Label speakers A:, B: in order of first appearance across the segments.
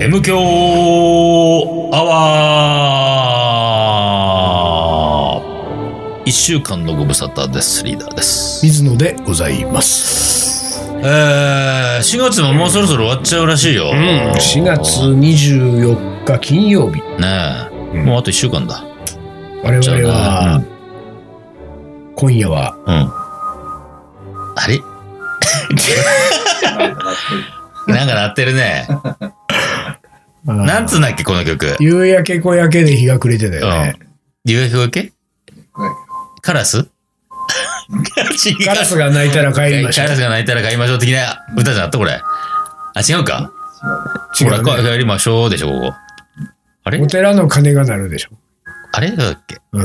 A: M 強アワー一週間のご無沙汰です。リーダーです。
B: 水野でございます。
A: えー、4月ももうそろそろ終わっちゃうらしいよ。
B: 4月24日金曜日、
A: ねえ、
B: うん
A: もうあと一週間だ。
B: 我
A: じゃあね
B: 々は、今夜は、
A: うん。あれ なんか鳴ってるね。
B: あー
A: なんつうんだっけ、この曲。
B: 夕焼け小焼けで日が暮れてだ
A: う
B: よね
A: ん。。UFO 系
C: はい
A: カラス 違う
B: カラスが鳴いたら帰りましょ
A: カラスが泣いたら帰りましょう的な歌じゃなったこれ。あ、違う
B: う。
A: か。
B: 違
A: ほら、
B: うね、
A: 帰りましょうでしょ、ここ。あれ
B: お寺の鐘が鳴るでしょ。
A: あれだっけ
B: うん。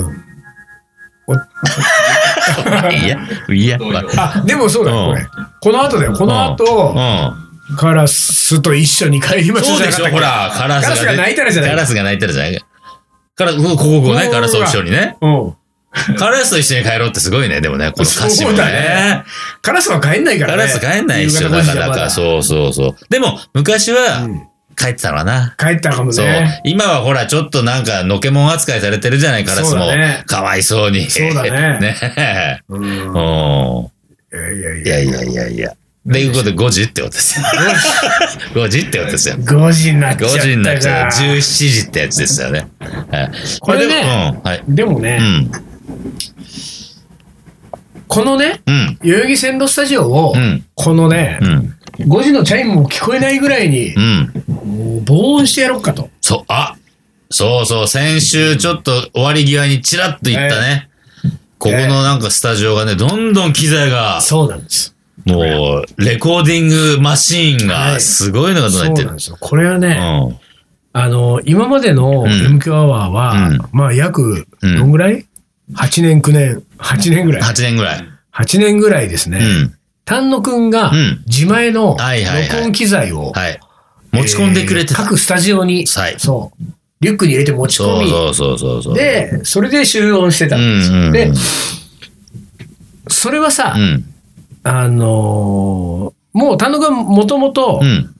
A: いや、いや、
C: 同様
A: ま
B: あ、で もそうだよ、こ
A: う
B: れ。この後だよ。この後、
A: あ
B: カラスと一緒に帰り
A: う
B: ま
A: ん。
B: しょう
A: そう
B: じゃなかった
A: でしょ、
B: っけ
A: ほ。ら、カラス
B: カラスが
A: 出て
B: 泣いたらじゃない
A: カラスが泣いたらじゃない。カラス、ここ、ここね、
B: ほら
A: カラスと一緒にね。
B: うん。
A: カラスと一緒に帰ろうってすごいね、でもね、この歌詞も
B: そうだね
A: ね。
B: カラスは帰んないか
A: カ
B: らね。
A: ラス帰んないっしょ、
B: 夕方
A: な
B: 5時
A: か
B: じゃ
A: な
B: まだ
A: か。そうそうそう。でも、昔
B: う
A: は
B: ん
A: 帰ってたのかな。
B: 帰ったかも
A: そう
B: ね。。
A: 今はほら、ちょっとなんか、のけもん扱いされてるじゃない、カラス
B: そう
A: も
B: だね。
A: かわいそうに。
B: そうだね
A: ね
B: うん。い
A: え。うん。
B: やいやい
A: いやいやいやいや。で、いうことで5時ってことですよ。5時ってことですよ。
B: 5時になっちゃ
A: 5
B: ったか。
A: 時になっちゃう。17時ってやつですよね。はい
B: これね
A: でもうん。はい。
B: でもね、
A: うん。
B: このね、
A: うん。
B: 代々木線路スタジオを、
A: うん。
B: このね
A: う、ん。
B: 5時のチャイムも聞こえないぐらいに
A: う、ん。
B: もう防音してやろうかと。
A: そう、あそうそう、先週ちょっと終わり際にちらっと言ったね。ここのなんかスタジオがね、どんどん機材が、
B: そうなんです。
A: もう、レコーディングマシーン
B: は
A: が
B: い
A: すごいのが
B: そう
A: 唱えて
B: なん
A: る。
B: ですよ。これはね、
A: うん。
B: あの、今までの
A: ん
B: MQ アワーは、
A: うん
B: まあ約、
A: うん
B: どんぐらい、?8 年、9年、8年ぐらい。
A: 8年ぐらい。
B: 8年ぐらいですね。
A: うん。
B: 丹野くんが
A: うん
B: 自前の録
A: はいはいはい
B: 音機材を
A: はい。持ち込んでくれて
B: えー
A: た。
B: 各スタジオに、
A: はい
B: そう、リュックに入れて持ち込
A: そう
B: み、
A: そうそうそうそう。
B: で、それで収音してた
A: うん
B: ですよ。
A: んうん。
B: で、それはさ、
A: うん。
B: あのーもう丹野くんもともと
A: う、ん。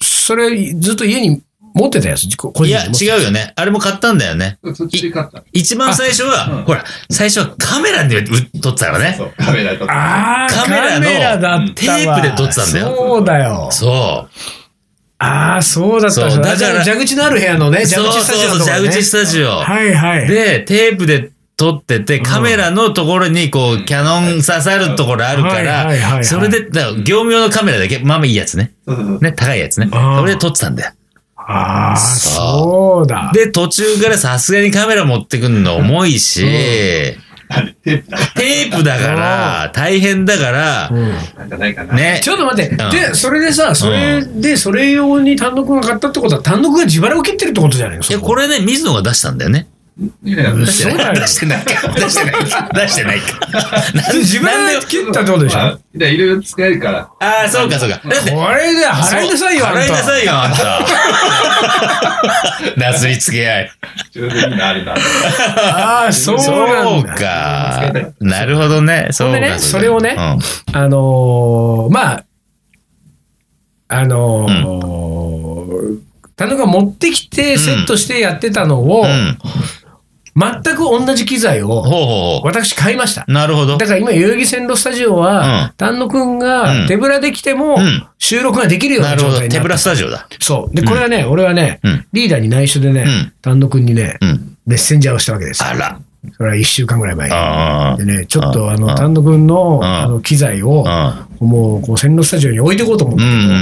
B: それずっと家に持ってたやつ、個人
A: い
B: で
A: や、
B: 持って
A: 違うよね。あれも買ったんだよね。
C: そっちで買った。
A: 一番最初
C: あう
A: は、
C: ん
A: ほら、最初はカメラで撮ってたからね
C: そ。う、カメラとか。
B: ああ、
A: カ
B: カ
A: メ
B: メラ
A: ラの
B: だったわ
A: テープで撮ってたんだよ
B: そうだよ。
A: そ
B: ああ、そうだった
A: そうだ
B: だ
A: か
B: からら、蛇口のある部屋のね、
A: う。
B: 蛇
A: そう
B: 口スタジオの
A: そ
B: と
A: う
B: こ
A: そ
B: ろ、
A: う、蛇
B: ね。
A: 口スタジオ。
B: はいはい。
A: で、テープで撮ってて、
B: ん
A: カメラのところにこう、キャノン刺さるところあるか
B: はいはいはいは
A: ら、
B: い
A: それで、だから業務用のカメラだけ、まあまあいいやつね。
C: そうそうそう。
A: ね、高いやつね。
B: あー
A: それで撮ってたんだよ。
B: ああ、
A: そ
B: そうだ。
A: で、途中からさすがにカメラ持ってくんの重いし、テ
C: あれ、テープだ。
A: ープだから、大変だから、
B: うん
C: なんかないかな。。
A: ね。
B: ちょっと待って、
A: うん
B: で、それでさ、それで、それ用に単独が買ったってことは、単独が自腹を切ってるってことじゃないの
A: いや、こ
B: れ、
A: れね、水野が出したんだよね。
C: いやいや
A: 出してない。
B: 嘘だよ
A: 出してないか。出してないか。出してないか。なん
B: 自
A: なん
B: 腹
A: で
B: を切ったってことでし
C: ま
B: ょ
C: あいやいろいろ使えるから。
A: ああ、そうか、そうか。だって、
B: これで払いなさいよ、あんた
A: 払いなさいよ、あん た。なすりつけ合い。
C: ちょうどいいのあるな。
B: ああ、そうなんだ。
A: か。なるほどね。そう
B: ほんで
A: か。
B: ね
A: うか
B: それをね
A: う
B: あのーまあ、あのー単独が持ってきて、セットしてやってたのを、
A: ん。うん。
B: 全く同じ機材
A: ほう
B: を、
A: ほうほ
B: 私買いました。
A: う。なるほ ど。
B: だから今、代々木線路スタジオ
A: うん
B: は、丹野くん
A: うん
B: が手ぶらで来ても
A: うん
B: 収録ができるよう
A: な
B: な
A: るほ
B: 状
A: ど。
B: 態に
A: 手
B: なっ
A: ぶら
B: た。
A: スタジオだ。
B: そう。で、これはね、俺はね
A: うん、
B: リーダーに内緒で
A: うん
B: ね、丹野くんにね
A: う、ん。
B: メッセンジャーをしたわけですよ。
A: あら。
B: それは1週間ぐらい前に。
A: あ
B: でね、ちょっ
A: うん
B: とあ
A: うん
B: の、丹野くんの
A: ん
B: あの機材を、
A: あ。
B: もう、こう、線路スタジオに置いていこうと思っ
A: うん。う
B: て、
A: んう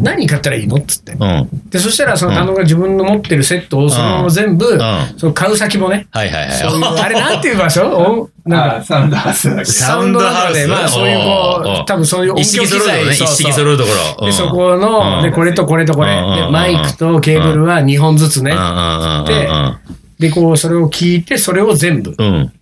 A: ん
B: 何買ったらいいのっつって。
A: うん。うん。
B: で、そしたら、その丹野くんが自分の持ってるセットを、そのまま全部
A: ん、
B: その買う先もね、
A: はいはい
B: そういう
A: は
B: あれなんていう場所おなんか
C: あ、サウンドハウスだけど。
A: サウンドハウ
B: サウン
A: ス
B: ドハまあそういう
A: おうお
B: こ
A: う
B: う、多分そういう音
A: い。
B: 響
A: 一
B: 機
A: 式揃う
B: 材
A: ね。
B: そ
A: 一
B: うそう
A: 式揃うところ。うん
B: で、そこ
A: うん
B: の、で、これとこれとこれ。
A: うんうんうんうん
B: で、マイクとケーブルは2本ずつね
A: う。んうん
B: で、こう、それを聞いて、それを全部
A: うんうんうん。うん。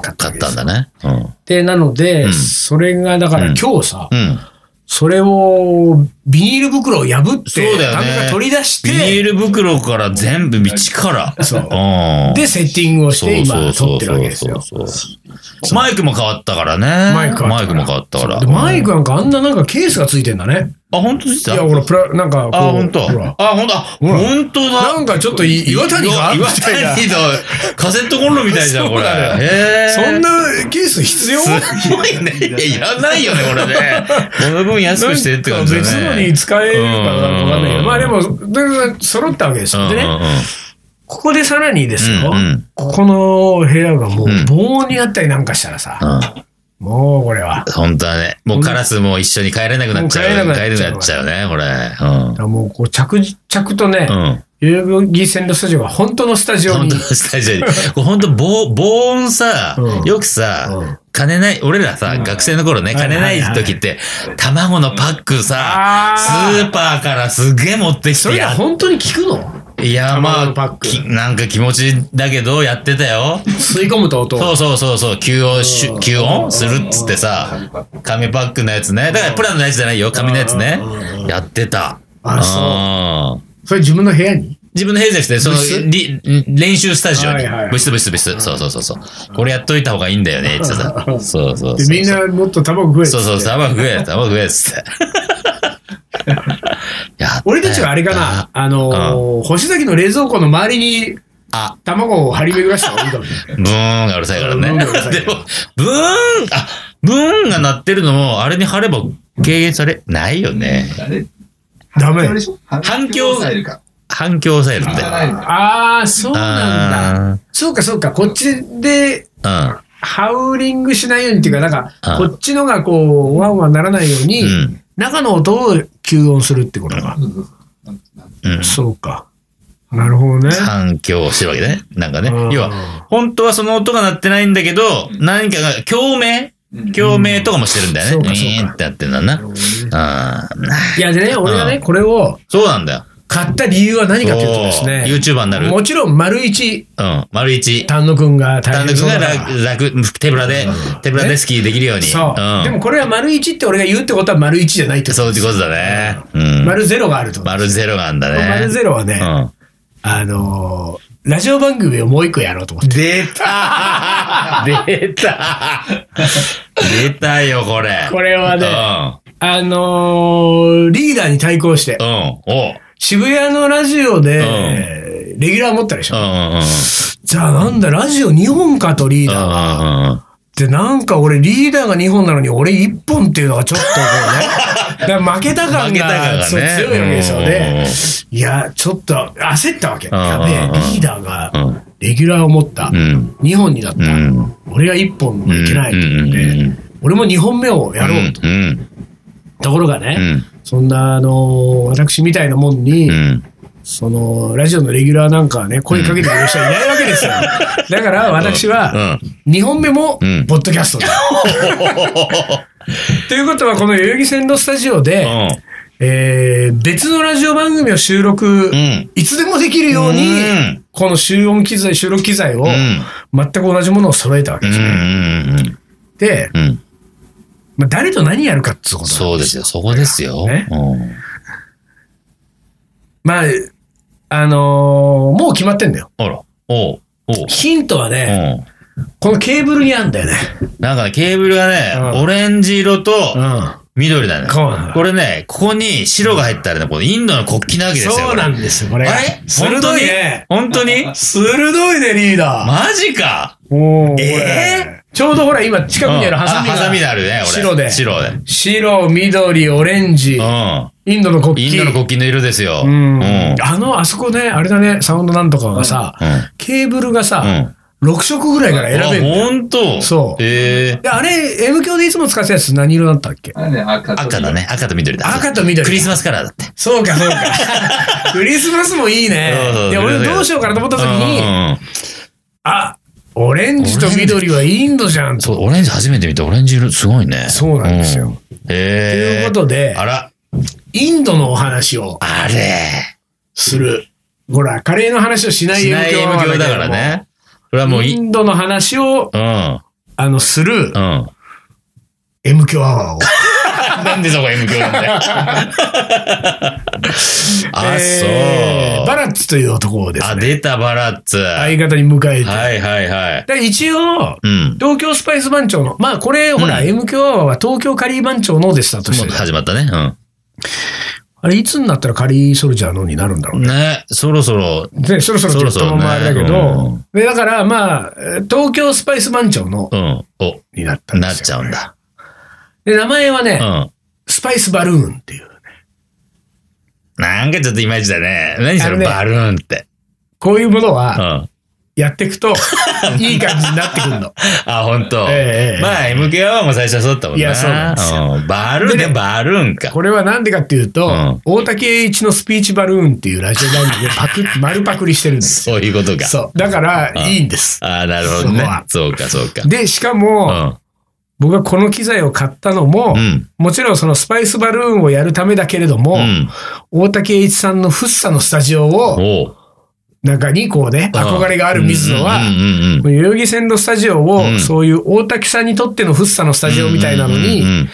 B: 買ったわ
A: 買っ
B: けで
A: たん
B: す。
A: だね。うん。
B: で、なの
A: う
B: で、
A: ん
B: それが、だか
A: う
B: ら
A: ん
B: 今日さ
A: う、ん。
B: それを、ビニール袋を破って、
A: そうだよね
B: ダメが取り出し
A: ビニ
B: て、
A: ール袋から全部道から。
B: そう
A: うん。
B: で、セッティングをして、今、撮ってるわけですよ。
A: そうそうそうそうマイクも変わったからね。
B: マイク変わ
A: マ
B: ったから
A: イクも変わったから。
B: でマイ
A: ク
B: クなんかあんななんかケースがついてんだね。
A: あ、本当で
B: い
A: す
B: や、
A: か
B: ほら、プラ、なんかこう、
A: あ、本当。
B: ほら。
A: あ、本当。あ、
B: ら
A: 本当だ。
B: なんかちょっとい岩谷が
A: 岩谷のカセットコンロみたいじゃん、こ
B: そ
A: れ。
B: うだね
A: へー
B: そんなケース必要
A: すごいね。いやいらないよね、これね。この分安くしてって感じだね。
B: なんか別のに使えるかなんかわかんないけ
A: う
B: ど。
A: ん
B: まあでも、だから揃ったわけです
A: うん
B: よ。で
A: う
B: ね、
A: ん
B: ここでさらにですよ、
A: うんうん
B: ここの部屋がもう
A: うん
B: 防音になったりなんかしたらさ、
A: うん。うん
B: もうこれは。
A: 本当はね。もうカラスも一緒に帰れなくなっちゃう。
B: もう
A: 帰
B: 帰
A: れ
B: れなく
A: なくな
B: な
A: っ
B: っ
A: ち
B: ち
A: ゃ
B: ゃ
A: うね、これ。
B: もうこう着実着とね、
A: うん。うん。
B: 代々木線路スタジオが本当のスタジオ
A: 本
B: に
A: 当の。スタジオに。これ本当防、防音さ
B: う、ん
A: よくさ
B: うん、
A: 金ない、俺らさ、学生の頃ね、金ない時って、卵のパックさ、
B: あー
A: スーパーからすげえ持ってき
B: そ
A: て
B: れが
A: やっ
B: 本当に効くの
A: いや、ま
B: 卵のパッ
A: あ、
B: ク
A: きなんか気持ちだけど、やってたよ。
B: 吸い込むと音
A: そうそうそうそう、吸音し
B: う
A: ゅ、
B: ん
A: 吸音するっつってさ、紙パックのやつね。だからプランのやつじゃないよ、紙のやつね
B: うんう。ん
A: やってた。
B: あ
A: そうん。
B: それ自分の部屋に
A: 自分の部屋じゃなくて、そ
B: 部室
A: の、り練習スタジオに
B: はいはい。
A: 部室部室部室。そうそうそうそう。これやっといた方がいいんだよね、ってさ。そうそうそう。
B: でみんなもっとタバコ増えて
A: そうそう、タバコ食え、タバコ食え、っつって。 やった
B: 俺たちはあれか
A: やっ
B: な、あのー星崎の冷蔵庫の周りに
A: たあ、
B: 卵を張り巡らした方がいいかもし れない。
A: ブーンがうるさいからね。で
B: ブーン
A: も
B: がうるさいから、
A: ブーン、あ、ブーンが鳴ってるのも、あれに貼れば軽減されないよね。
C: あれ
B: ダメ
C: あれでしょ
A: 反響
C: されるか。
A: 反響抑えるんだよ。
C: ないのか。
B: ああ、そうなんだ。
A: あ
B: そうかそうか、こっちで
A: ー
B: ハウリングしないようにっていうか、なんか
A: あ、
B: こっちのがこう、ワンワンならないように、
A: うん
B: 中の音を吸音するってことか。
A: うん。うん。
B: そうか。なるほどね。
A: 反響してるわけね。なんかね
B: うん。
A: 要は、本当はその音が鳴ってないんだけど、何かが共鳴
C: うん
A: 共鳴とかもしてるんだよね。
B: う
A: ウ
B: んそうかそうか
A: ィーンってなってんだな。
B: なるほどね
A: あー
B: いや、でね、俺が
A: う
B: ね、これを
A: そうなんだよ。
B: 買った理由は何かというとですね、
A: そう YouTuber になる。
B: もちろん、丸一、
A: うん。丸一。
B: 丹野くんが大
A: 単
B: 変
A: 独
B: そう
A: が
B: だから
A: 楽、楽手ぶらで、手ぶらでスキーできるように。
B: そう、
A: ん
B: でもこれは丸一って俺が言うってことは丸一じゃないってこと
A: そういうことだね。うん。
B: 丸ゼロがあるってこと
A: 丸ゼロなんだね。
B: 丸ゼロはね、
A: うん。
B: あのーラジオ番組をもう一個やろうと思って。
A: 出た出た出たよ、これ。
B: これはね、あのーリーダーに対抗して
A: う、ん。うん。おう。
B: 渋谷のラジオで、レギュラー持ったでし
A: う
B: ょ、
A: んうんうん。
B: じゃあなんだ、ラジオ2本かとリー
A: う
B: ダー。
A: んうんうん。
B: で、なんか俺リーダーが2本なのに俺1本っていうのがちょっとこ うね。だから負けた感
A: 負けた感が
B: が
A: ね
B: そう強いわけですよ
A: うんうんうん
B: ね。いや、ちょっと焦ったわけ。
A: んうん
B: やべえ、リーダー
A: う
B: がレギュラーを持った。
A: うん。
B: 2本になった
A: うん。
B: 俺は1本もいけないと思っ
A: うんうんう
B: て
A: ん。
B: 俺も2本目をや
A: う
B: ろうんと。。
A: うん。
B: ところがね、
A: うん
B: そんな、あのー私みたいなもんに、
A: うん。
B: その、ラジオのレギュラーなんかはね、声かけてくれる人はいないわけですよ。だから私は、2本目も
A: うん、
B: ポッドキャス トだ。ということは、この代々木線のスタジオで、えー別のラジオ番組を収録、
A: ん
B: いつでもできるように、
A: うん
B: この収音機材、収録機材を、
A: ん
B: 全く同じものを揃えたわけ
A: う
B: ですよ。
A: ん。うん。
B: で、
A: うん。
B: まあ、誰と何やるかっていうことなん
A: そうですよ。そこですよ。
B: ね
A: うん。
B: まあ、あのーもう決まってんだよ。
A: あら。おう。おう。
B: ヒントは
A: う
B: ね、
A: ん。
B: このケーブルにあんだよね。
A: なんかね、ケーブルがね、
B: うん
A: オレンジ色と
B: ん。
A: 緑だね。
B: そうなんだ
A: これね、ここに白が入ったらね、このインドの国旗なわけですよ。
B: そうなんですよ、これ。
A: あれ
B: 鋭いね。
A: 本当に
B: 鋭いね、リーダー。
A: マジか
B: おー
A: え
B: ちょうどほら、今、近くにあるハサミ
A: うんあ
B: が。
A: ハサミであるね、俺。
B: 白で。
A: 白で。
B: 白、緑、オレンジ
A: う、ん。
B: インドの国
A: イ
B: 旗。
A: ンドの国旗の色ですよ。
B: うん
A: うん。うん。
B: あの、あそこね、あれだね、サウンドなんとかがさ、ケーブルがさ、6色ぐらいから選べるんだよ。
A: あ、本当
B: そう
A: ええ。
B: であれ、M 響でいつも使ってたやつ何色だったっけ
C: あれね赤と
A: 赤だね。赤と緑だ。
B: 赤と緑だ
A: クリスマスカラーだって。
B: そうか、そう か。クリスマスもいい
A: そうそう
B: ね。で、俺どうしようかなと思った時
A: うん
B: に、
A: うんうん
B: あ、オレンジと緑はインドじゃんと。
A: そう、オレンジ初めて見た。オレンジ色すごいね。
B: そうなんですよ
A: うん。ええ。
B: ということで
A: あら、
B: インドのお話を
A: あれ。
B: する。ほら、カレーの話をしない
A: し
B: M
A: ない
B: 響
A: M
B: は
A: 響だから。ね。それはもうい、
B: イ
A: うん、
B: ンドの話を、
A: うん。
B: あの、する M 響アワーを。
A: なんでそこ M 教なんだよ。 あ、
B: えーバ
A: そう。
B: ラッツという男をです
A: あ、
B: ね、
A: 出たバラッツ。は
B: 相
A: い
B: 方に迎えて。
A: はいはい。
B: で一応、
A: うん。
B: 東京スパイス番長の、まあこれ、ほら、
A: うん
B: M 強アワーは東京カリー番長のでしたとし
A: も
B: て
A: う、始まったね。
B: あれいつになったらカリーソルジャーのになるんだ
A: う。
B: ろうんね。
A: ね、そろそろ。
B: でそろそろちょっともあれだけ
A: そろそろ
B: ど、
A: ね
B: でだからまあ、えー東京スパイス番長の
A: うん。お、
B: になったんで
A: なっ
B: す
A: ち
B: よ。
A: ゃうんだ。
B: で、名前はね、
A: うん。
B: スパイスバルーンっていう。
A: なんかちょっとイマイチだね。何そ
B: あの
A: れ、
B: ね
A: バルーンって。
B: こういうもの
A: う
B: は
A: ん。
B: やっていくと、 いい感じになってくるの。
A: あ、本当。
B: ええ
A: まあ、M 教はもう最初はそうだったもんな。
B: いやそうなんですよ
A: うんバルーン
B: で
A: ね、
B: ね
A: バルーンか。
B: これはなんでかっていうと、
A: うん
B: 大竹栄一のスピーチバルーンっていうラジオ番組でパク ッ、丸パクリしてるんです。
A: そういうことか。
B: そう。だから
A: うん、
B: いいんです。
A: あーなるほど
B: そ
A: ね
B: こは。
A: そうか、そうか。
B: で、しかも、僕はこの機材を買ったのも、
A: うん。
B: もちろんそのスパイスバルーンをやるためだけれども、
A: うん。うん。
B: 大竹栄一さんのフッサのスタジオを
A: おう
B: 中にこうね、憧れがある水野は、
A: うんうんうんうん
B: この代々木線のスタジオを、
A: うん
B: そういう大竹さんにとってのフッサのスタジオみたいなの
A: うんうん
B: に、
A: うん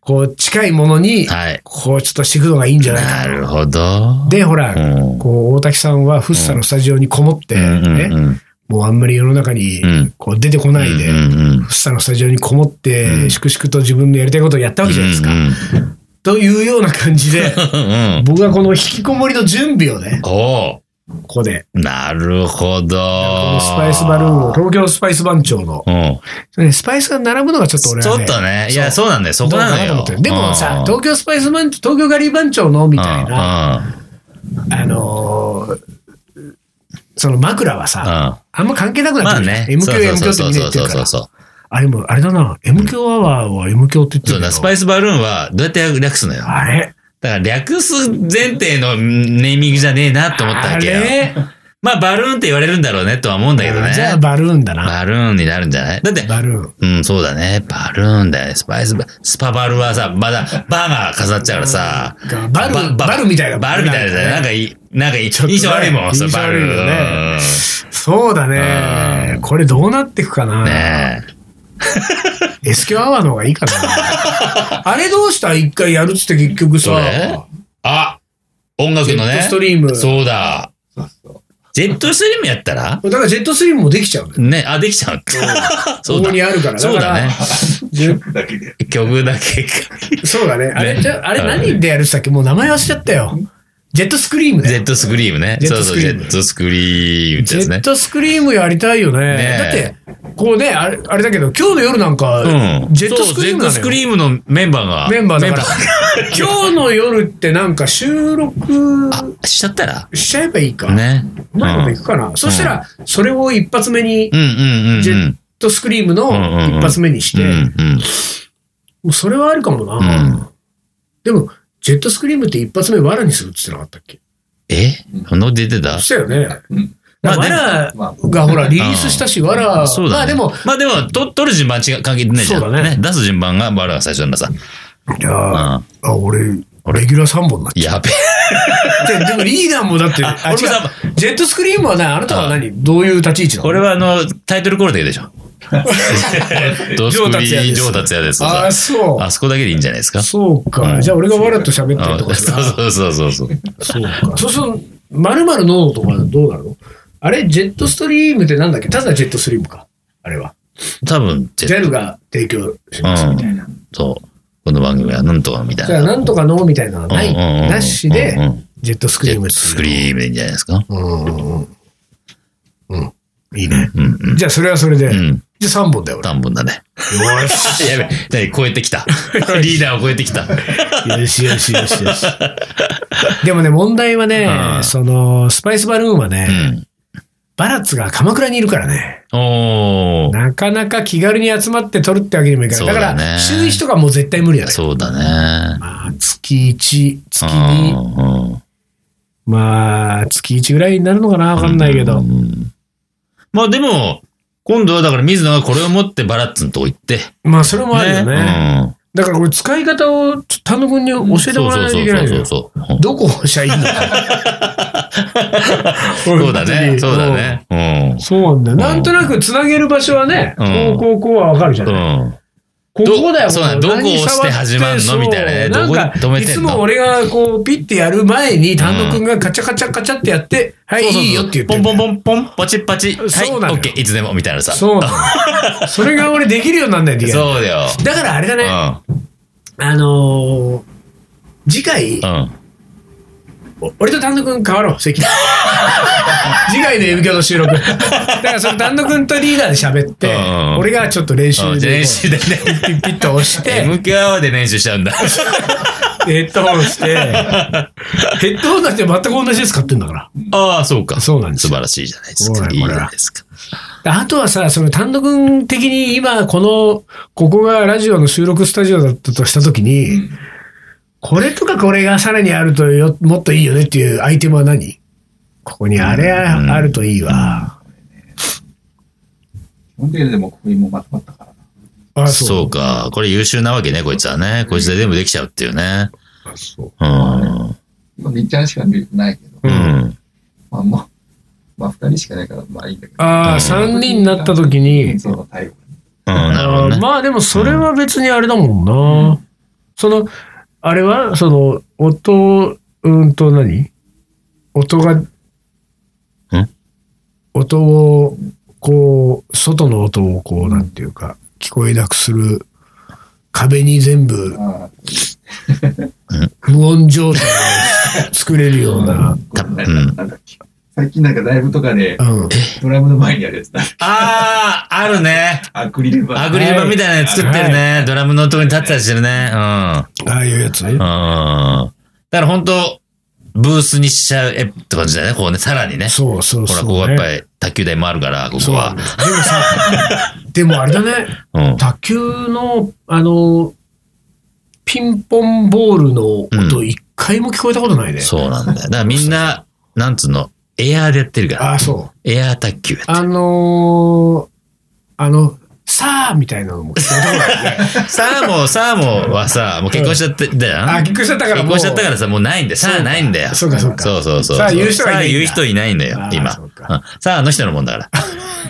B: こう近いものに、
A: はい。
B: こうちょっとしていくのがいいんじゃない
A: な
B: か
A: るほど。
B: と。で、ほら、
A: うん
B: こう大竹さんはフッサのスタジオにこもって、
A: う
B: ね
A: んうんうん
B: もうあんまり世の中に
A: うん
B: こう出てこないで、
A: うん
B: フ
A: うんうん
B: ッサのスタジオにこもっ
A: う
B: て、
A: ん
B: 粛々と自分のやりたいことをやったわけじゃないですか。
A: うん
B: というような感じで、
A: うん うん
B: 僕はこの引きこもりの準備をね、
A: おう
B: ここで、
A: なるほど。
B: このスパイスバルーンを、東京スパイス番長の、
A: うん
B: ねスパイスが並ぶのがちょっと俺
A: ち
B: は
A: ょ
B: ね、
A: っとね、いや、
B: そう
A: そうなんだよ、そこなの
B: どうかな
A: よ
B: と思って。るでも
A: う
B: さ
A: ん、
B: 東京スパイス番長、東京ガリー番長のみたいな、あのー、その枕は
A: うんうん
B: さ、
A: うん
B: あんま関係なくな
A: ま
B: っ
A: あ
B: てくるじゃん。
A: ね。
B: M
A: そ
B: 響
A: う
B: M 響って
A: そ
B: み
A: うん
B: な言
A: そう
B: ってる
A: そう
B: か
A: そ
B: ら
A: う。。そう
B: あれも、あれだな、M 響アワーは M 響って言って
A: そう
B: る
A: だ、スパ
B: イ
A: イスバルーンは、どうやって略すのよ。
B: あれ
A: だから略す前提のネーミングじゃねえなと思ったわけよ
B: あ。れ
A: まあバルーンって言われるんだろうねとは思うんだけど
B: あ
A: ね。
B: じゃあバルーンだな。
A: バルーンになるんじゃないだって、
B: バルーン。
A: うん、そうだね。バルーンだよね。スパイスバ、スパバルはさ、まだ、バーが飾っちゃうからさ。
B: バルバルみたいな
A: バルみたいだね。なんかいい、なんかいい
B: ちょっとね
A: 印象悪いもん、そう
B: 印象
A: バル
B: 悪いよね
A: うん
B: そうだね
A: う。ん
B: これどうなっていくかな。
A: ねえ。
B: S q アワーの方がいいか な。あれどうした一回やるっつって結局
A: それ
B: さ、
A: あ音楽
B: ジェ
A: の
B: ット
A: ね
B: ス。トリーム。
A: そうだ。
C: そうそう。
A: ジェットストリームやったら
B: だからジェットストリームもできちゃうね。
A: ね、あ、できちゃう。
B: そう
A: そ
B: こ
A: だ
B: に。あるから。
A: そうだね。
B: だか
C: だけで。
A: 曲だけか。
B: ら。そうだね。あれ、
A: ね
B: じゃああれ
A: うん
B: 何でやるっつったっけもう名前忘れちゃったよ。ジェットスクリームだ
A: ジェ
B: よ
A: ッ。トスクリームね。
B: ジェッ
A: そ
B: ト
A: う
B: ス
A: そ
B: ク
A: う、
B: リーム
A: ジェットスクリームって
B: ジ
A: やつ
B: ェッ
A: ね。
B: トスクリームやりたいよね。
A: ね
B: だって、こうね、あれ、あれだけど、今日の夜なんか
A: う、ん。
B: ジェットスクリームなの
A: そうジェットス
B: よ
A: クリームのメンバーが。
B: メンバーだから
A: メが。
B: 今日の夜ってなんか収録
A: あ、しちゃったら
B: しちゃえばいいか。
A: ね。
B: うまいこといくかな。そしたら、それを一発目に、
A: うんうんうんうん。
B: ジェットスクリームの
A: うんうんうん
B: 一発目にして、
A: うんうん。
B: もうそれはあるかもな。
A: うん
B: でも、ジェットスクリームって一発目わらにするって言ってなかったっけ
A: えそんなこと出てた
B: したよね。
C: うん
B: まあ、
A: まあ
B: わ
A: でも
B: ら
C: まあ、
B: がほら、リリースしたし、わら、
A: そう
B: まあ
A: だ
B: で
A: ね。
B: も、
A: まあでも、と、取る順番違う、関係ないじゃん。
B: そうだね
A: 出す順番が、バラが最初なんださ。
B: いや
A: うん。
B: あ、俺、レギュラー3本になっ
A: やべえ。
B: ちゃう。でもリーダーもだって、
A: あ
B: 俺
A: 違う
B: さジェットスクリームはね、あなたは何どういう立ち位置なの
A: 俺はあの、タイトルコールだけでしょ。ドスクリーン上達也です。
B: あ、そう。
A: あそこだけでいいんじゃないですか。
B: そうか。
A: うん
B: じゃあ俺がわらと喋ってると
A: う
B: か
A: んそうそうそうそう。
B: そうか。そうすると、まるまるのとかどうなのあれ、ジェットストリームってなんだっけただジェットストリームか。あれは。
A: 多分、絶
B: JAL が提供します
A: う
B: みたいな。
A: ん。そう。この番組はなんとかみたい
B: じゃあ、
A: な。
B: なんとかのみたいなのはな
A: うんうんうんう
B: い。
A: ん
B: なしで
A: うんうん、
B: ジェットスク
A: ジ
B: リ
A: ェ
B: ー
A: ッ
B: ム
A: トスクリームでいいんじゃないですか。
B: うんうんうん。うん。いいね。
A: うんうん。
B: じゃあ、それはそれで
A: う。ん。
B: じゃあ、3本だよ、俺。
A: 短文だね。
B: よし。
A: やべ、何超えてきた。リーダーを超えてきた。
B: よしよしよし よし。でもね、問題はね
A: う、ん
B: その、スパイスバルーンはね、
A: うん。
B: バラッツが鎌倉にいるからね。
A: おー。
B: なかなか気軽に集まって撮るってわけにもいかない。だ
A: そうだね
B: から、週1とかもう絶対無理だね。
A: そうだね。
B: まあ、月1、月
A: うん
B: 2、
A: うん
B: まあ、月1ぐらいになるのかなわかんないけ
A: う
B: ど。
A: んまあでも、今度はだから水野がこれを持ってバラッツのとこ行って。
B: まあ、それもあるよね。
A: ね。
B: だから、これ使い方を、ちょっと丹野くんに教えて
A: そ
B: も
A: う
B: らわ
A: そ
B: ないとい
A: うそ
B: うけないの
A: そ
B: よ
A: う。そう。
B: どこを押しゃいいの か。
A: そうだね。そうだね。うん
B: そうなんだよ。なんとなくつなげる場所はね、
A: うん
B: こうこうこうはわかるじゃ
A: う
B: ない。
A: ん。
B: ここだよ、
A: そうなんどこ
B: 何
A: 押して始まんの
B: 触って
A: みたいなね
B: そうなんか
A: どこに止めてんの
B: いつも俺がこう、ピッてやる前に、丹野くんがカチャカチャカチャってやって、はい、
A: そうそうそう
B: いいよって言って
A: ポ
B: る
A: ンポンポンポン、ポチッパチ。はい、オ
B: そうなのよ
A: ッケー、いつでも、みたいなさ。
B: そうなのそれが俺できるようになんないといけない。
A: そうだよ。
B: だからあれだね、
A: う
B: あのー次回、
A: ん。うん。
B: お俺と丹野くん変わろう、席。 次回の M 響の収録。だからその丹野くんとリーダーで喋って
A: うんうん、
B: 俺がちょっと練習
A: うん
B: で。
A: 練習でね
B: ピ ッピッピッと押 して。
A: MK アワーで練習しち ゃうんだ。
B: ヘッドホンして、ヘッドホンだって全く同じやつ買ってんだから。
A: ああ、そうか。
B: そうなんです
A: 素
B: よ
A: 晴らしいじゃないです
B: ほら
A: か。いいじ
B: ほ
A: ゃ
B: ら
A: ないですか。
B: であとはさ、その単独的に今、この、ここがラジオの収録スタジオだったとしたときに、
C: うん
B: これとかこれがさらにあるとよ、もっといいよねっていうアイテムは何ここにあれ
A: うん
B: あるといいわ。
C: ほんで、でも、ここにもうまとまったから
B: あ
C: な。
A: そうか。これ優秀なわけね、こいつはね。こいつで全部できちゃうっていうね。
B: う。そう
A: うん。
C: 今、みっちゃんしか見れてないけど、
A: う
B: うん
A: ん。
C: まあ、もう、まあ、二人しかないから、まあいいんだけど。
B: あ
A: う
B: あ、
A: ん
B: 三人になったときに、
C: そうの対応。
A: うん、なるほど
B: あー
A: ね。
B: まあでもそれは別にあれだもんな。その、あれは、その、音、うんと何音が、音を、こう、外の音をこう、なんていうか、聞こえなくする、壁に全部
C: あ
B: 無音状態を作れるよう な。
A: た
C: あ、
A: うん
C: なんだっけ。最近なんかライブとかで
B: う、ん。
C: ドラムの前にあるやつだ。
A: ああ、あるね。
C: アクリル板。
A: アクリル板みたいなやつ作ってるね。ドラムのとこに立ってたりしてるね。うん。
B: ああいうやつね。
A: うん。だから本当ブースにしちゃうえって感じだよね、こうね、さらにね。
B: そうそう
A: ほら、
B: そう、
A: こ
B: ね。
A: こはやっぱり卓球台もあるから、ここ
B: そうな
A: は
B: んだ。でもさ、でもあれだね。
A: うん。
B: 卓球の、あの、ピンポンボールの音、一回も聞こえたことないね。
A: そうなんだよ。だからみんな、なんつうの、エアーでやってるから。
B: ああ、そう。
A: エアー卓球やって
B: あのーあの、さあみたいなのも聞こえたことない ね。
A: る。サ ーモ、サーモはさ、もう結婚しちゃってんだよ
B: あ、
A: な。
B: 聞こえちゃったから
A: 結
B: もう。
A: 婚しちゃったからさ、もうないんだよ。さあないんだよ。
B: そうか、そうか。
A: そうそうそう。
B: さあ言う人がいないんだ
A: さあ言う人いないんだよ
B: あ、ー
A: 今。
B: そううんか
A: さあ、あの人のもんだ か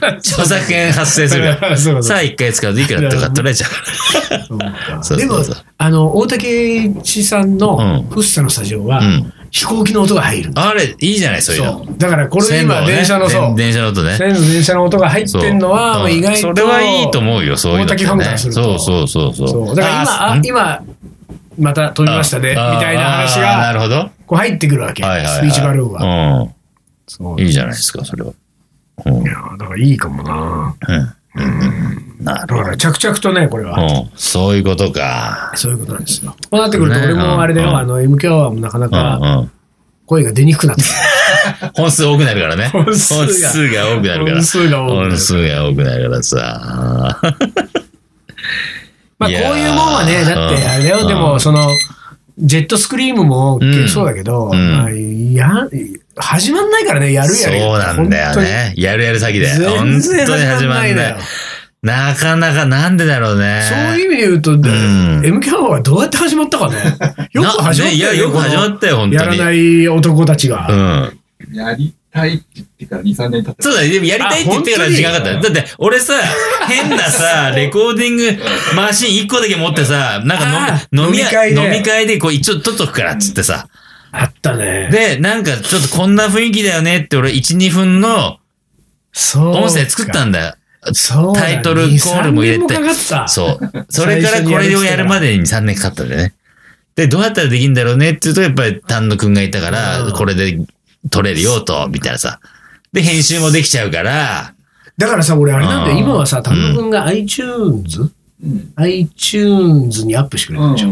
A: ら。著作権発生する
B: そ
A: から。
B: うかそうか
A: さあ、一回使うといくらとか取られちゃうから。
B: そうか
A: そう
B: でも
A: そうそう、
B: あの、大竹一さんの
A: うん
B: フッサのスタジオは、
A: うん
B: 飛行機の音が入るんだ。
A: あれ、いいじゃない、そういうの。
B: そう。だからこれ今、
A: 線路をね
B: 電車の、そう
A: 電。電車の音ね。
B: 線路電車の音が入ってんのは、
A: そう
B: もう意外と。
A: それはいいと思うよ、そういうのって、
B: 大滝ファンからする
A: そ
B: と
A: うそうそうそう。
B: そうだから今、あ
A: ん
B: 今、また飛びましたね、み
A: あ
B: たいな話
A: あな
B: が、
A: るほど。は
B: こう入ってくるわけ。
A: いはい、はい。
B: スピーチバルーンは。
A: は。
B: そう
A: うん。いいじゃないですか、それは。うん。うん
B: いやだからいいかもな。
A: うん。な
B: だ
A: る
B: から着々とね、これ
A: ほ
B: は。
A: ど。うん。そういうことか。
B: そういうことなんですよ。こうなってくると、
A: ね
B: 俺もあれだ
A: うん
B: よ、あの、MQ アワーもなかな
A: うん
B: か
A: うん。
B: 声が出にくくなって
A: 本数多くなるからね。
B: 本数が
A: 本数が多く
B: く
A: な
B: る。
A: るから
B: 本。数が多くなる
A: 本数が多くなるからさ。
B: まあ、
A: い
B: こう
A: やー
B: いうもんはね、だって、あれだ
A: う
B: よ、
A: ん
B: でも、その、ジェットスクリームも
A: うん
B: そうだけど、
A: うん
B: まあや、始まんないからね、やるやる。
A: そうなんだよね。やるやる詐欺だよ。
B: 本当に。
A: 本
B: 全
A: 当に
B: 然
A: 始
B: 始まん
A: ま
B: なんいの
A: な
B: よ
A: い。。なかなかなんでだろうね。
B: そういう意味で言うと、MK はどうやって始まった かね。よく始まったよ、
A: ねいや、よく始ま
B: っ
A: ったよ、本当に。
B: やらない男たちが。
A: うん。
C: やりたいって言ってから2、3年経って
A: そうだね。でもやりたいって言ってから時間かかった
C: あ
A: よ。
C: 本
A: だって、俺さ、変な さ、レコーディングマシン1個だけ持ってさ、なんか飲み飲み
B: あ
A: 会
B: 飲み会で
A: 飲み会で、こう、一応取っとくから、つってさ。
B: あったね。
A: で、なんか、ちょっとこんな雰囲気だよねって、俺、1、2分の
B: そう。
A: 音声作ったんだよ。
B: そうだ
A: タイトルコールも入れて
B: 2 3年かかった。
A: そう。それからこれをやるまでに3年かかったんだよね。で、どうやったらできるんだろうねって言うと、やっぱり丹野くんがいたから、
B: うん
A: これで撮れるよと、みたいなさ。で、編集もできちゃうから、
B: だからさ、俺あれなんだ
A: う
B: よ。
A: ん
B: 今はさ、田野くんが iTunes?、
C: うん。
B: iTunes にアップしてくれ
C: う
B: る
C: ん。
B: でしょ。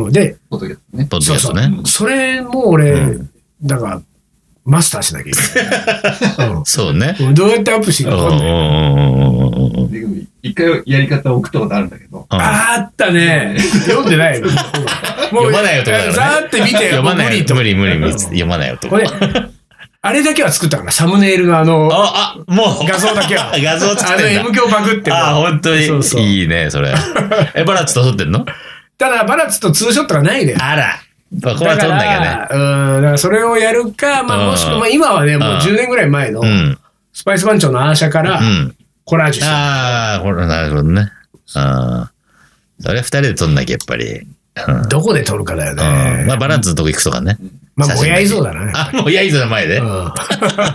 B: うんで、
C: ことですね。
A: ポッドキャストね。
B: それも俺、
A: う
B: だから、マスターしなきゃいけ ない。うん
A: そうね。
B: うんどうやってアップしていい
A: うん
B: か
A: う
B: 分
A: ん
B: かんない。
A: うんうんうんうんうん
C: で一回やり方を送ったことあるんだけど、
B: あったね。読んでないよ。もう
A: 読まない男だからね
B: ざーって見て、
A: 読まない
B: 無
A: よ
B: 理と。
A: 無理無理無理。
B: うん
A: 読まないよと
B: こ。れ、あれだけは作ったから、サムネイルのあの、
A: あ、あ、もう。
B: 画像だけは。
A: 画像作
B: あ
A: っ
B: の
A: てん
B: M 響パクって。
A: だ。あ、本当に。
B: そうそう
A: いいね、それ。え、バラッツと撮ってんの
B: ただ、バラッツとツーショットがないね。
A: あら。まあこれは撮んなきゃね。
B: だからうん、だからそれをやるか、ま
A: うん
B: あもしくは、まあ今はね、もう
A: うん
B: 10年ぐらい前の
A: う、ん。
B: スパイス番長のアーシャから
A: うん。
B: コラージュしてる
A: ああ、これ、なるほどね。うん。それ二人で撮んなきゃ、やっぱり。うん。
B: どこで撮るかだよ
A: うんまあ、
B: ね。
A: バランスのとこ行くとかね。
B: まあ、
A: 写真
B: ぼやいそうだな。
A: あ、もうやいぞの前で。
B: う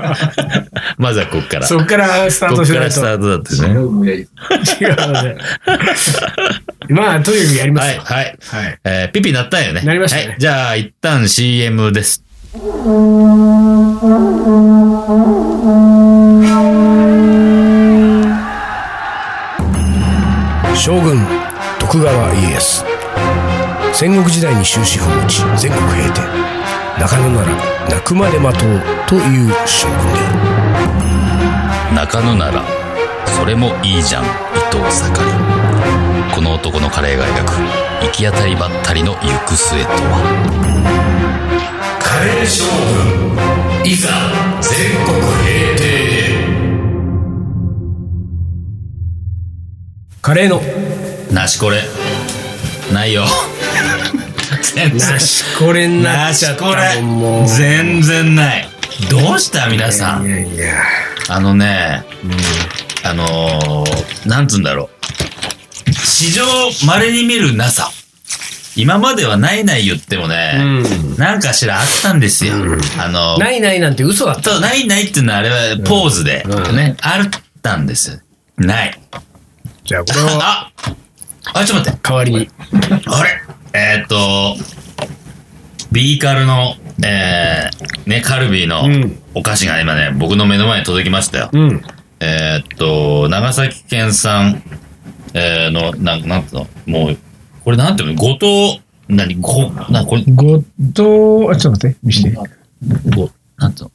A: まずはこっから。
B: んそ っからスター
A: こ
B: ト
A: っ
B: し
A: か
B: ない
A: らス
B: と。
A: タートだって
C: 違
A: ね。
C: うもやり。
B: 違うね。まあ、とにかくやります
A: はい、
B: よ。
A: はい。
B: はい。
A: えーピピなったんよね。
B: なりましたね
A: はい。じゃあ、一旦 CM です。
B: 将軍徳川家康戦国時代に終止符を打ち全国平定中野なら泣くまで待とうという将軍である
A: 中野なら、それもいいじゃん、伊藤盛り。この男のカレーが描く、行き当たりばったりの行く末とは。
B: カレー将軍いざ全国平定カレーの
A: なしこれ。ないよ。全 然
B: な。しこれにな
A: な
B: っちゃ
A: し
B: った
A: これ
B: もんもう。
A: 全然ない。どうした皆さ
B: い
A: ん。
B: やいや
A: あのね、あのー、なんつうんだろう。史上稀に見るなさ。今まではないない言ってもね、なんかしらあったんですよ。あのー、
B: ないないなんて嘘だった
A: そうないないっていうのはあれはポーズで、
B: うん
A: ね、あったんですよ。ない。
B: じゃあこれは
A: ああ、ちょっと待って。
B: 代わりに
A: あれえーっと、ビーカルの、えー、ね、カルビーの
B: うん
A: お菓子が今ね、僕の目の前に届きましたよ。
B: うん
A: えーっと、長崎県産、えー、の、なん、なんつうの、もう、これなんていうの、ご当、なに、ご、な、これ、
B: ごとあちょっと待って見して
A: ご、なんつうの、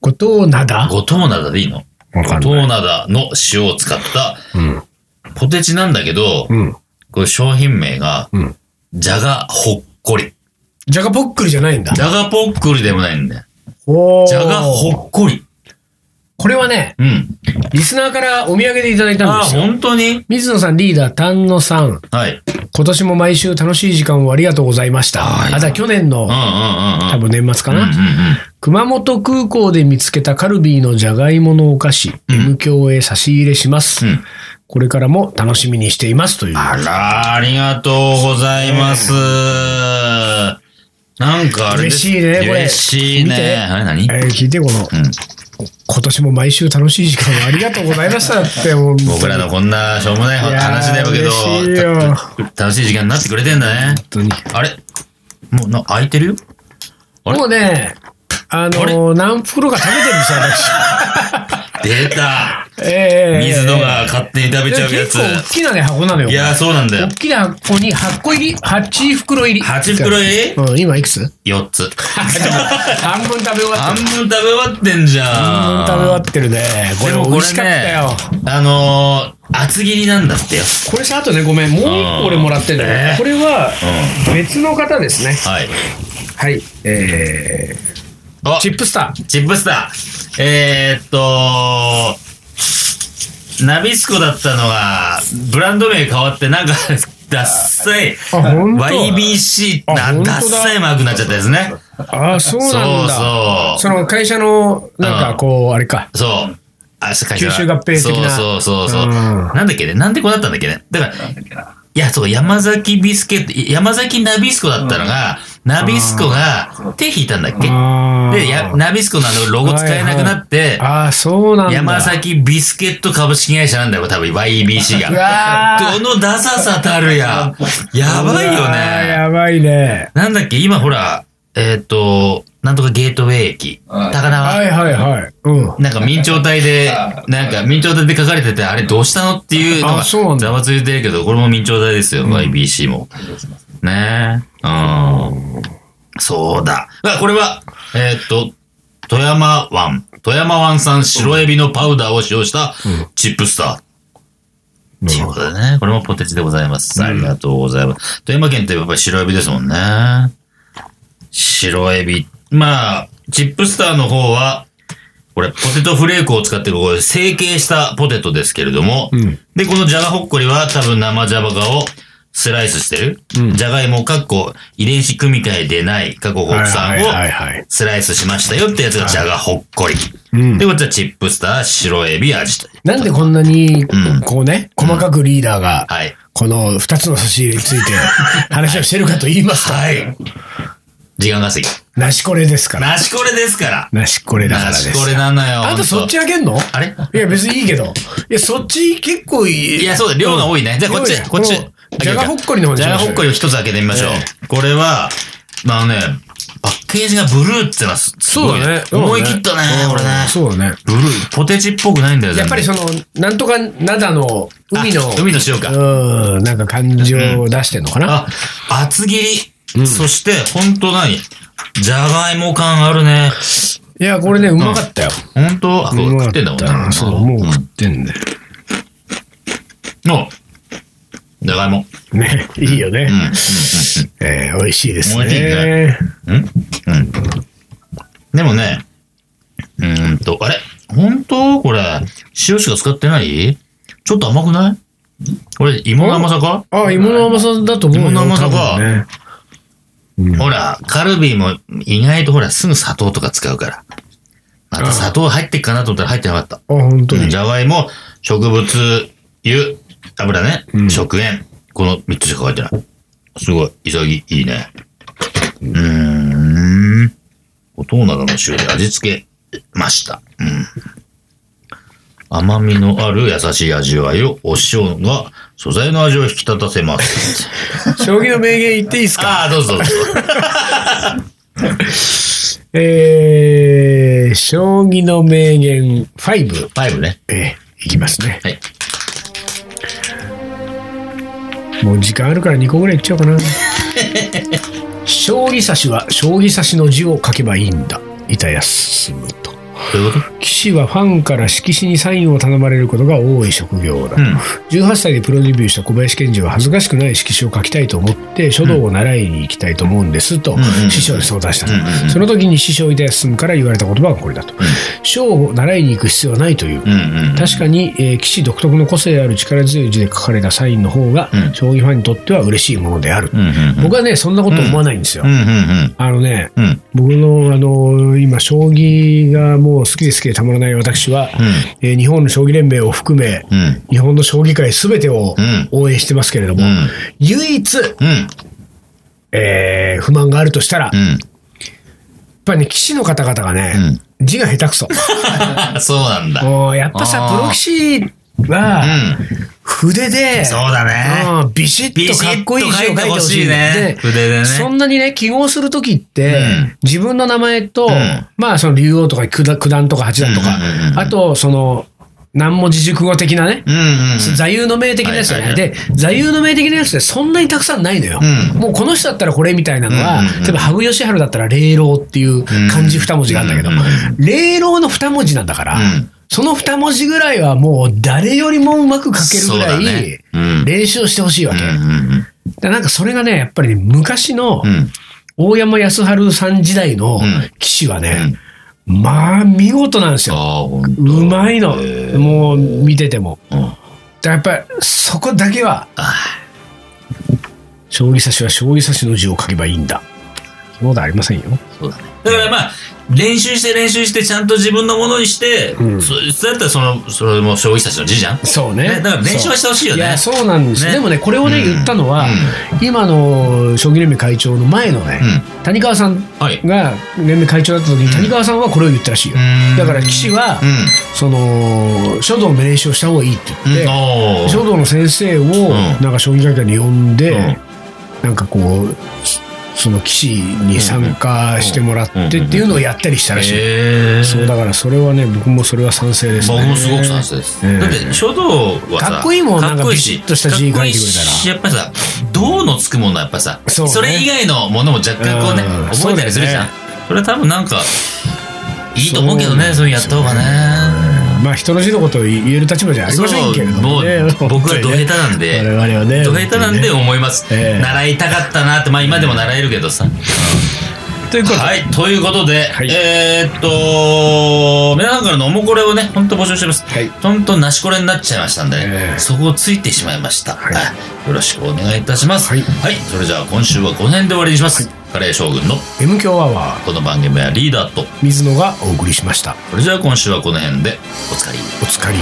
B: ごとなだ
A: ご当灘でいいの
B: わ
A: ご
B: かん
A: 当
B: ない
A: 灘の塩を使った
B: うん
A: ポテチなんだけど、
B: うん
A: これ商品名が、
B: うん
A: じゃがほっこり。
B: じゃがぽっくりじゃないんだ
A: じゃがぽっくりでもないんだよ。
B: おー
A: じゃがほっこり。
B: これはね
A: うん。
B: リスナーからお土産でいただいたん
A: あ、
B: ですよ
A: 本当に
B: 水野さんリーダー丹野さん
A: はい。
B: 今年も毎週楽しい時間をありがとうございました
A: はい
B: あだ去年の
A: うんうんうんうん。
B: 多分年末か
A: うんうん
B: な、熊本空港で見つけたカルビーのじゃがいものお菓子、
A: うん
B: M 教へ差し入れします、
A: うん。うん。
B: これからも楽しみにしていますという
A: あら、ありがとうございます。なんかあれで
B: 嬉
A: す
B: しいねこれ
A: 嬉しい
B: 見て
A: ね。あれ何
B: えー聞いてこの、
A: うん。
B: 今年も毎週楽しい時間をありがとうございました って、もう。
A: 僕らのこんなしょうもない
B: いやー
A: 話だけど
B: 嬉しいよ、
A: た楽しい時間になってくれてんだね。
B: 本
A: あれもうな、空いてるよ
B: 当
A: あれ
B: に。もうね、あ
A: あれ
B: のー、何袋か食べてるんですよ、
A: 出た
B: 私。ええ
A: 水野が勝手に食べちゃうやつ
B: でも。結構大きなね、箱なのよ。
A: いやー、そうなんだよ
B: 大。きな箱に8個入り、8袋入り。
A: 8袋入り
B: うん、今いくつ
A: ?4 つ。
B: 半分食べ終わ
A: 半
B: ってる。
A: 分食べ終わってんじゃん。
B: 半分食べ終わってるね。これ
A: でも
B: も
A: こ
B: 美
A: れね
B: 味しかったよ。
A: あのー、厚切りなんだってよ。
B: これさ、あとね、ごめん、もう一個俺もらってんだよ
A: う
B: ね
A: ん。
B: これは、
A: うん。
B: 別の方ですね。
A: はい。
B: はい。え
A: あ
B: ー、チップスター。
A: チップスター。えー、っと、ナビスコだったのが、ブランド名変わって、なんか、 ダッサい。
B: あ、本
A: YBC
B: あ
A: な、
B: 本当
A: ダ
B: だ
A: ッサいマークになっちゃったですね。
B: あ、そうなんだ。
A: そうそう
B: その会社の、なんかこう、あれか。
A: そう。あ、会社
B: 吸収合併的な
A: そうそうそうそう。
B: うん
A: なんだっけねなんでこうなったんだっけねだから、
C: なんだっけな。
A: いや、そう、山崎ビスケット、い山崎ナビスコだったのが、ナビスコが手引いたんだっけ
B: あー
A: で、やナビスコのあのロゴ使えなくなって、
B: あー、そうなんだ。
A: 山崎ビスケット株式会社なんだよ、多分 YBC
B: う
A: が。
B: わー。
A: このダサさたるや。やばいうよ
B: わー
A: ね。
B: やばいね。
A: なんだっけ、今ほら、えっ、と、なんとかゲートウェイ駅、
C: はい
A: 高
B: は
A: 輪。
B: いはいはい。うん。
A: なんか民調 体で、なんか民調体で書かれてて、あれどうしたのっていうの
B: あそうな
A: が
B: んだ
A: ざわついてるけど、これも民調体ですよ、YBC も。
C: 感動します。
A: ねえ。うん。そうだ。あこれは、えーっと、富山湾。富山湾産白エビのパウダーを使用したチップスター。ということでね、これもポテチでございます。ありがとうございます。富山県ってやっぱり白エビですもんね。白エビ。まあ、チップスターの方は、これ、ポテトフレークを使って、ここで成形したポテトですけれども、
B: うん
A: で、このジャガホッコリは多分生ジャガをスライスしてる、
B: うん
A: じゃがいも、かっこ、遺伝子組み換えでない、過去国産
B: はいはい
A: を
B: はいはい
A: スライスしましたよってやつが、じゃがほっこり。
B: うん
A: で、こっちはチップスター、白エビ味と。
B: なんでこんなに
A: ん、
B: こうね、細かくリーダーが、
A: はい。
B: この二つの差し入れについて話をしてるかと言いますと、
A: はい。時間稼ぎ。
B: なしこれですから。
A: なしこれですから。
B: なしこれだから
A: な
B: で
A: し
B: す。
A: これなのよ。
B: あんたそっちあげんの
A: あれ
B: いや別にいいけど。いや、そっち結構いい。
A: いや、そうだ、量が多いね。じゃあ、こっ
B: 量
A: ち、
B: が
A: こっち
B: うん。じゃがほっこりの方に
A: じ
B: し
A: ゃ
B: ま
A: が
B: しょう
A: ほっこりを一つ開けてみましょ
B: え
A: う。これは、あのね、パッケージがブルーってのはすす
B: そ
A: ご
B: う
A: い
B: だね。
A: 思い切ったね
B: う、ん
A: これね。
B: そうだね。
A: ブルー、ポテチっぽくないんだよ、
B: やっぱりそ
A: の、
B: の、なんとか灘の海の
A: あ、海の塩か。
B: うん、なんか感情を出してんのかな。
A: あ、厚切り。そして、ほんと何じゃがいも感あるね。
B: いや、これね、うまかったよ。
A: ほんと、あ
B: うま
A: 食
B: か
A: ってんだも
B: っ
A: ん
B: た
A: な。
B: そう、もう食ってんだよ。
A: うん。おじゃがいも。
B: ね、いいよね。えー美味しいです
A: 美味しい
B: ね
A: ね。でもね、うーんと、あれ本当これ、塩しか使ってないちょっと甘くないこれ、芋の甘さか
B: あ、芋の甘さだと思うよ。
A: 芋の甘さか
B: 多分ね
A: ほら、カルビーも意外とほら、すぐ砂糖とか使うから。また砂糖入ってっかなと思ったら入ってなかった。
B: あ、本当
A: うん
B: に
A: じ。ゃがいも、植物油、油ね、食塩。この3つしか入ってない。すごい、潔いいね。うーん。お父などの塩で味付けました。うん。甘みのある優しい味わいを、お塩が素材の味を引き立たせます。
B: 将棋の名言言っていいですか
A: ああ、どうぞどうぞ。
B: えー、将棋の名言5。
A: ファイブね。
B: えー、いきますね。
A: はい。
B: もう時間あるから2個ぐらいいっちゃおうかな。将棋指しは将棋指しの字を書けばいいんだ。板安むと。
A: どういうこと
B: 棋士はファンから色紙にサインを頼まれることが多い職業だ、
A: ん
B: 18歳でプロデビューした小林賢治は恥ずかしくない色紙を書きたいと思って書道を習いに行きたいと思うんですと、
A: うん
B: 師匠に相談したと、
A: うんうんうん
B: その時に師匠板康進から言われた言葉がこれだと、書を習いに行く必要はないという、
A: うんうん。
B: 確かに、えー、棋士独特の個性ある力強い字で書かれたサインの方が、
A: うん
B: 将棋ファンにとっては嬉しいものである、
A: うんうんうん。
B: 僕はねそんなこと思わないんですよ、
A: うんうん
B: あのね
A: うん。うん。
B: 僕の、あの、今、将棋がもう好きで好きでたまらない私は、
A: う
B: えー日本の将棋連盟を含め、
A: うん。
B: 日本の将棋界すべてを
A: うん
B: 応援してますけれども、
A: うん
B: 唯一、
A: うん。
B: えー不満があるとしたら、
A: う
B: やっ
A: ん。
B: ぱりね、棋士の方々がね、字が下手くそ。
A: あそうなんだ。
B: もうやっぱさ、
A: あー
B: プロ棋士は、
A: うん。
B: 筆で、
A: そうだね。
B: うんビシッとかっこいい字を書いてほしい
A: ビシッと書いてほしいね筆でね
B: そんなにね、記号するときって、
A: うん
B: 自分の名前と、
A: ん
B: まあその竜王とか九段九段とか八段とか、
A: うんうんうんうん
B: あとその、何文字熟語的なね、
A: うんうん。
B: 座右の銘的なやつよね、
A: はいはい
B: で、座右の銘的なやつってそんなにたくさんないのよ。
A: うん
B: もうこの人だったらこれみたいなのは、
A: うんうんうん
B: 例えば羽生善治だったら霊老っていう漢字二文字があるんだけど、
A: うんうん
B: 霊老の二文字なんだから、
A: うん
B: その二文字ぐらいはもう誰よりもうまく書けるぐら
A: そうだねう
B: い
A: ん
B: 練習をしてほしいわけ。
A: うんうん
B: でなんかそれがね、やっぱりね、昔の
A: うん。うん。
B: 大山康晴さん時代の
A: うん
B: 棋士はね、まあ見事なんです
A: あ
B: よ。
A: あ、ほんと。
B: うまいの
A: へ。ー
B: もう見てても。
A: う
B: だ
A: ん
B: からやっぱりそこだけは
A: あ
B: 将棋指しは将棋指しの字を書けばいいんだそうではありませんよ
A: そうだね。だからまあ、練習して練習して、ちゃんと自分のものにして、
B: うん
A: そそうやったらその、それも将棋たちの字じゃん。
B: そうね
A: ねだから練習はしてほしいよね
B: やそうなんです、
A: ね
B: でもねこれをね、
A: うん
B: 言ったのは、今の将棋連盟会長の前のね、谷川さん
A: はい。う
B: が連盟会長だった時に、谷川さんはこれを言ったらしいよ、
A: ーん
B: だから棋士は、
A: うん。
B: その書道の練習をした方がいいって言って、
A: おー
B: 書道の先生をなんか将棋会館に呼んで、
A: うん
B: なんかこうその棋士に参加してもらってっていうのをやったりしたらしい、
A: へー
B: そうだからそれはね僕もそれは賛成ですね
A: 僕もすごく賛成です。
B: ええ
A: だって書道はさ、
B: かっこいいもん
A: かっこ
B: なんか
A: いいし、
B: ビシッとした字書いてくれたら
A: かっこしやっぱりさ、銅のつくものはやっぱさ、
B: そう
A: そ,、
B: ね
A: れ以外のものも若干こうね、
B: うん
A: 覚えたりするじゃん。
B: そ
A: そ,、れは多分なんか、いいと思うけどね、
B: そ
A: そうう
B: なん
A: いうのや
B: で
A: っ
B: す
A: た
B: よ
A: 方
B: ね
A: がね。
B: まあ人の字のことを言える立場じゃありませんけれど
A: も
B: も
A: う
B: ね
A: 僕はド下手
B: だ
A: なん で、
B: 我々はね
A: ド下手なんで
B: 本
A: 思います、
B: ええ
A: 習いたかったなって、まあ今でも習えるけどさ。
B: ということで、
A: はい、ということで、
B: はい
A: えーっと、皆さんからのおもこれをね、本当募集してます。
B: はい
A: ほんとなしこれになっちゃいましたんで、
B: ええ
A: そこをついてしまいました。
B: はい
A: はいよろしくお願いいたします。
B: は
A: はいい、それじゃあ今週はこの辺で終わりにします。カレー将軍の
B: M 強アワー
A: この番組はリーダーと、
B: 水野がお送りしました
A: それじゃあ今週はこの辺でおつかり。
B: お疲れ